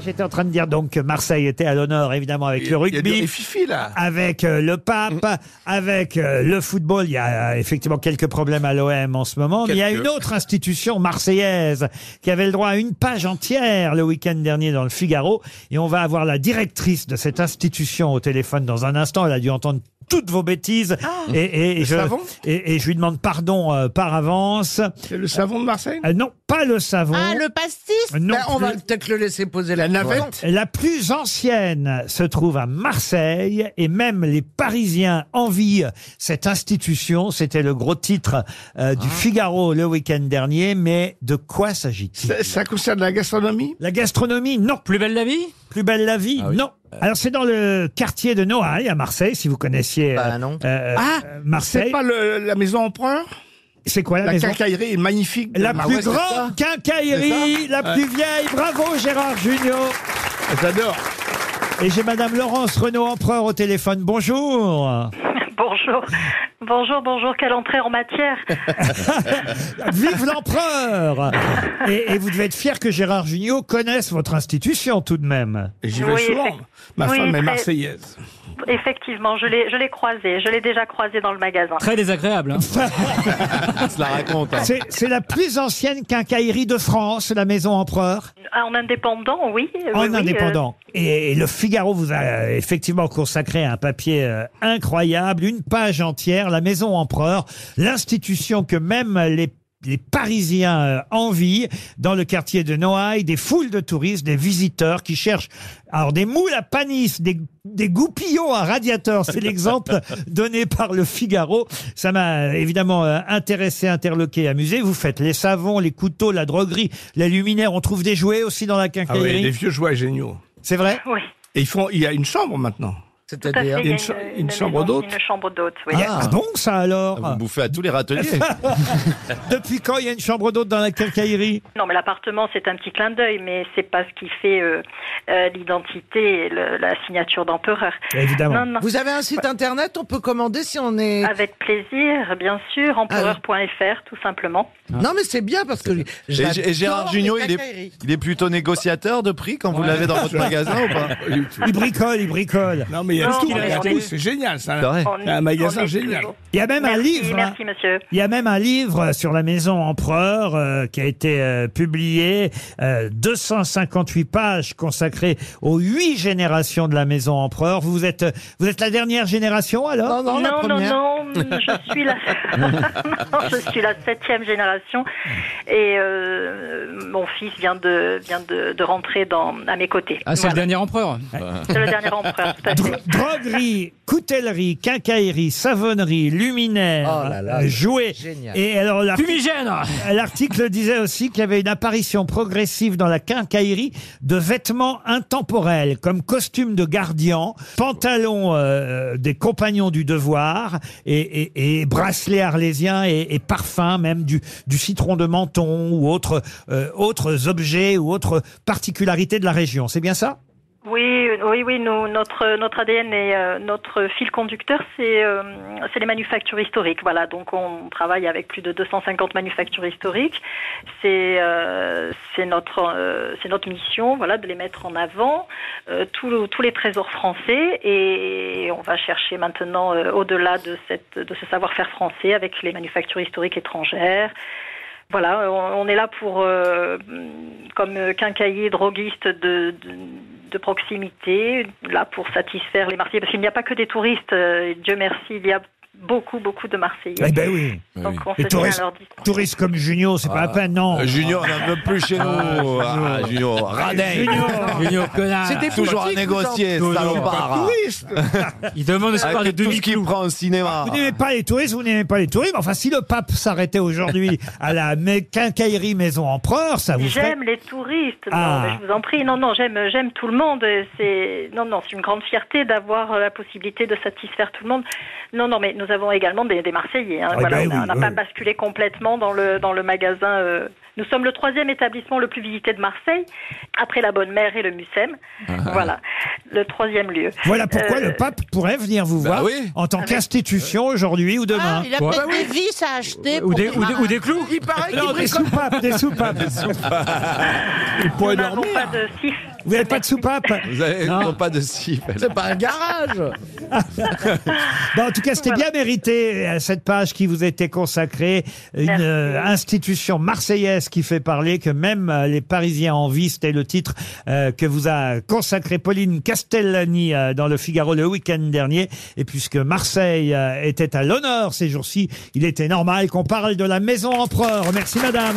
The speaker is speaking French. J'étais en train de dire donc que Marseille était à l'honneur, évidemment, avec le Il y a du- rugby. des fifis, là. Avec euh, le pape, avec euh, le football, il y a euh, effectivement quelques problèmes à l'OM en ce moment. Mais il y a Quelques. une autre institution marseillaise qui avait le droit à une page entière le week-end dernier dans le Figaro. Et on va avoir la directrice de cette institution au téléphone dans un instant. Elle a dû entendre toutes vos bêtises. Et, et- et je, savon et, et je lui demande pardon euh, par avance. C'est le savon de Marseille Euh, non, pas le savon. Ah, le pastis non Ben, on plus. va peut-être le laisser poser la navette. La plus ancienne se trouve à Marseille et même les Parisiens envient cette institution. C'était le gros titre euh, Ah. du Figaro le week-end dernier. Mais de quoi s'agit-il ça, ça concerne la gastronomie La gastronomie, non. Plus belle la vie Plus belle la vie, Ah non. Euh. Alors c'est dans le quartier de Noailles à Marseille, si vous connaissiez euh, Bah, non. euh, Ah, euh, C'est Marseille. pas le- la maison empereur C'est quoi la, La maison quincaillerie est magnifique. de La Marseille. plus Ouais, c'est grande quincaillerie, la plus vieille. Bravo Gérard Junior. ça. J'adore. Et j'ai Madame Laurence Renaud Empereur au téléphone. Bonjour. Bonjour, bonjour, bonjour, quelle entrée en matière Vive l'empereur et, et vous devez être fier que Gérard Jugnot connaisse votre institution tout de même. Et J'y vais Oui, souvent. effect- Ma oui, femme est très- marseillaise. Effectivement, je l'ai je l'ai croisée, je l'ai déjà croisée dans le magasin. Très désagréable. hein. se la raconte. hein. C'est c'est la plus ancienne quincaillerie de France, la maison empereur, Ah, En indépendant, oui. Ah, en oui, euh, oui, indépendant. Et, et le Figaro vous a euh, effectivement consacré un papier euh, incroyable, une page entière, la maison empereur, l'institution que même les les Parisiens euh, envient dans le quartier de Noailles, des foules de touristes, des visiteurs qui cherchent alors des moules à panis, des, des goupillons à radiateur. C'est l'exemple donné par le Figaro. Ça m'a évidemment euh, intéressé, interloqué, amusé. Vous faites les savons, les couteaux, la droguerie, les luminaires. On trouve des jouets aussi dans la Ah oui, quincaillerie. des vieux jouets géniaux. C'est vrai. euh, oui, Et ils font, il y a une chambre maintenant. tout à fait, C'est-à-dire. il y a une cha- une maison- chambre d'hôte Une chambre d'hôte, oui. Il y a- Ah, bon ça alors Vous bouffez à tous les râteliers. Depuis quand il y a une chambre d'hôte dans la quincaillerie Non, mais l'appartement, c'est un petit clin d'œil, mais c'est pas ce qui fait euh, euh, l'identité et le- la signature d'empereur. Évidemment. Ah Non, non, Vous avez un site internet, on peut commander si on est. avec plaisir, bien Ah sûr, empereur.fr, tout simplement. Non, mais c'est bien parce que. Et, G- j'adore et Gérard les Junior, il est, quincailleries. il est plutôt négociateur de prix quand vous l'avez dans votre magasin ou pas Pas du tout. Il bricole, il bricole. Non, mais il y a Non, tout. mais il y a on tout, est- C'est génial, ça. C'est vrai. On Eh. C'est un est- magasin on est génial. toujours- Il y a même un Merci, livre. hein. Merci, monsieur. Il y a même un livre sur la maison empereur euh, qui a été euh, publié, euh, 258 pages consacrées aux huit générations de la maison empereur. Vous êtes, euh, vous êtes la dernière génération alors Non, non, la non, non, première. non, je suis la, Non, je suis la septième génération et euh, mon fils vient de vient de, de rentrer dans à mes côtés. Ah, c'est Voilà. le dernier empereur. Ah, C'est le dernier empereur, tout à fait. Droguerie, coutellerie, quincaillerie, savonnerie, luminaire, Oh là là, euh, jouets. génial. Et alors l'art- Fumigène Euh, l'article disait aussi qu'il y avait une apparition progressive dans la quincaillerie de vêtements intemporels comme costumes de gardien, pantalons euh, des compagnons du devoir et, et- et bracelets arlésiens et, et parfums même du, du citron de menton ou autres euh, autres objets ou autres particularités de la région. C'est bien ça Oui, oui, oui. Nous, notre notre ADN et euh, notre fil conducteur, c'est euh, c'est les manufactures historiques. Voilà. Donc on travaille avec plus de 250 manufactures historiques. C'est euh, c'est notre euh, c'est notre mission. Voilà, de les mettre en avant euh, tous le- tous les trésors français et on va chercher maintenant euh, au-delà de cette de ce savoir-faire français avec les manufactures historiques étrangères. Voilà, on, on est là pour, euh, comme euh, quincaillier, droguiste de, de, de proximité, là pour satisfaire les Marseillais, parce qu'il n'y a pas que des touristes, euh, Dieu merci, il y a beaucoup, beaucoup de Marseillais. Eh ben oui. Donc on Les se tient touristes- à leur discours. Touristes comme Junio, c'est pas la peine, non. Euh, Junior, on n'en veut plus chez nous. Ah, Junior, radin. Ah, Junior connard. C'est des Ah. Toujours à boutiques, négocier, vous en- salopard. Touriste. Il demande de se parler Avec de tout ce demi qu'il prend au cinéma. Vous n'aimez pas les touristes, vous n'aimez pas les touristes. mais Enfin, si le pape s'arrêtait aujourd'hui à la mé- quincaillerie Maison Empereur, ça Ah, vous ferait... J'aime les touristes, non, Ah. mais je vous en prie. Non, non, j'aime, j'aime tout le monde. C'est, non, non, c'est une grande fierté d'avoir euh, la possibilité de satisfaire tout le monde. Non, non, mais nous avons également des, des Marseillais. hein. Ah, Voilà, ben on a- oui, on n'a oui. pas basculé complètement dans le, dans le magasin. euh. Nous sommes le troisième établissement le plus visité de Marseille, après la Bonne Mère et le Mucem. Voilà, le troisième lieu. Voilà pourquoi Euh, le pape pourrait venir vous Bah voir oui. en tant qu'institution aujourd'hui ou demain. Ah, il a Ouais. peut-être des vis à acheter ou pour des, ses ou, des, marins. ou des clous Il paraît Non, qu'il des bricole. soupapes, des soupapes. Il Nous pourrait n'avons dormir. pas de siffle. Vous n'avez pas de soupape Vous avez Non. non, pas de cible. C'est pas un garage. Bon, en tout cas, c'était bien mérité euh, cette page qui vous était consacrée. Une Merci. euh, institution marseillaise qui fait parler que même euh, les Parisiens en vie, c'était le titre euh, que vous a consacré Pauline Castellani euh, dans le Figaro le week-end dernier. Et puisque Marseille euh, était à l'honneur ces jours-ci, il était normal qu'on parle de la maison empereur. Merci madame.